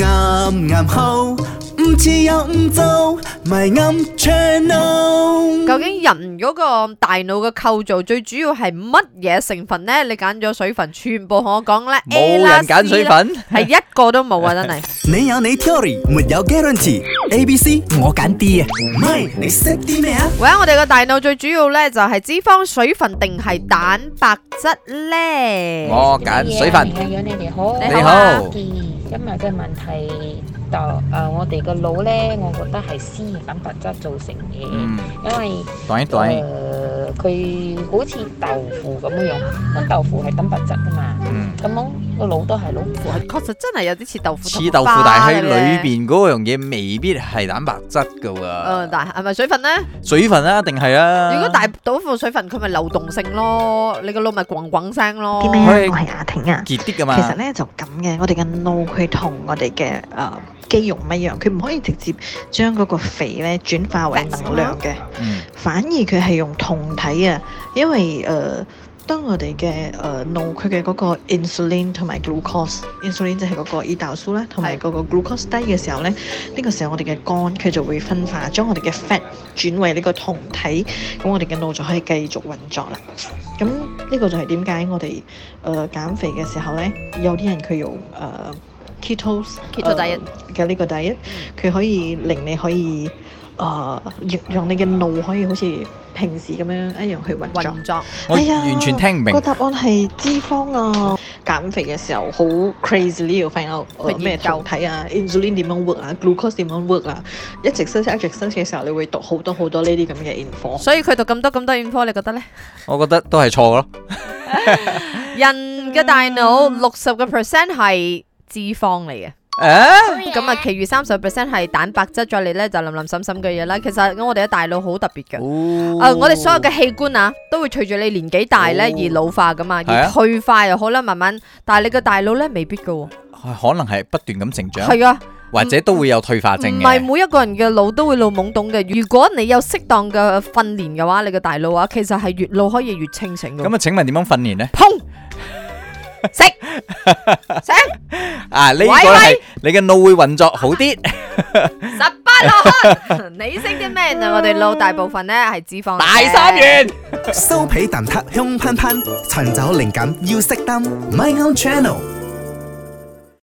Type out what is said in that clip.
啱啱好，唔似又唔做，咪啱 channel。究竟人嗰個大腦嘅構造最主要係乜嘢成分呢？你揀咗水分，全部同我講咧，A 冇啦人揀水，粉， C 啦係一個都冇啊！ 真係。你有你 theory，沒有 guarantee。A、B、C 我揀 D 啊，唔係你識啲咩啊？喂，我哋個大腦最主要咧就係脂肪、水分定係蛋白質咧？我揀水粉。係啊，你哋好。你好今日嘅問題就誒、呃我哋個腦咧，我覺得係絲魚蛋白質造成嘅，嗯，因為短一誒短，佢、好似豆腐咁樣樣，咁豆腐係蛋白質噶嘛，嗯，咁樣個腦都係咯。確實真係有啲似豆腐同似豆腐，花但係喺嘅裏邊嗰樣嘢未必係蛋白質㗎誒，喎。但係係咪水分咧？水分啊，定係啊？如果大豆腐水分，佢咪流動性咯，你個腦咪滾滾聲咯。啲咩可以啊？我係雅婷啊。結啲㗎嘛其，實咧就咁嘅，我哋嘅腦佢同我哋嘅誒肌肉唔一樣，佢唔可以直接將嗰個肥咧轉化為能量嘅，嗯反而佢係用酮體啊，因為誒。呃當我哋嘅誒呃腦佢嘅嗰個 insulin 同埋 glucose，insulin 就係嗰個胰島素啦，同埋嗰個 glucose 低嘅時候咧，呢、呢個時候我哋嘅肝佢就會分化，將我哋嘅 fat 轉為呢個酮體，咁我哋嘅腦就可以繼續運作啦。咁呢個就係點解我哋誒、呃、減肥嘅時候咧，有啲人佢用誒、呃 ketos Keto diet 嗯呃嘅呢個 diet，佢可以令你可以誒、呃讓讓你嘅腦可以好似平時咁樣一樣去運作運。作我哎呀完全聽唔明個。答案係脂肪啊！減肥嘅時候好 crazy 呢度 find out 去呃研咩究酮體啊，insulin 點樣 work 啊，glucose 點樣 work 啊，一直 search 一直 search 嘅時候，你會讀好多好多呢啲咁嘅 info。所以佢讀咁多咁多 info，你覺得咧？我覺得都係錯咯。人嘅大腦六十個 percent 係脂肪嚟嘅。誒，咁啊，其餘三十 percent 係蛋白質，再嚟咧就林林沈沈嘅嘢啦。其實我哋嘅大腦好特別嘅。哦啊、我哋所有嘅器官啊，都會隨住你年紀大咧哦而老化噶嘛，係啊而退化又好啦，慢慢。但係你嘅大腦咧未必噶喎，可能係不斷咁成長，係啊，或者都會有退化唔症係嘅。每一個人嘅腦都會老懵懂嘅。如果你有適當嘅訓練嘅話，你嘅大腦啊，其實係越老可以越清醒嘅。咁啊，請問點樣訓練呢？砰， 食食啊，呢個喂係你嘅腦會運作好啲。十八羅漢，你識啲咩啊？我哋腦大部分咧係脂肪嚟嘅。大三元。酥皮蛋撻香噴噴，尋找靈感要熄燈，My Own Channel。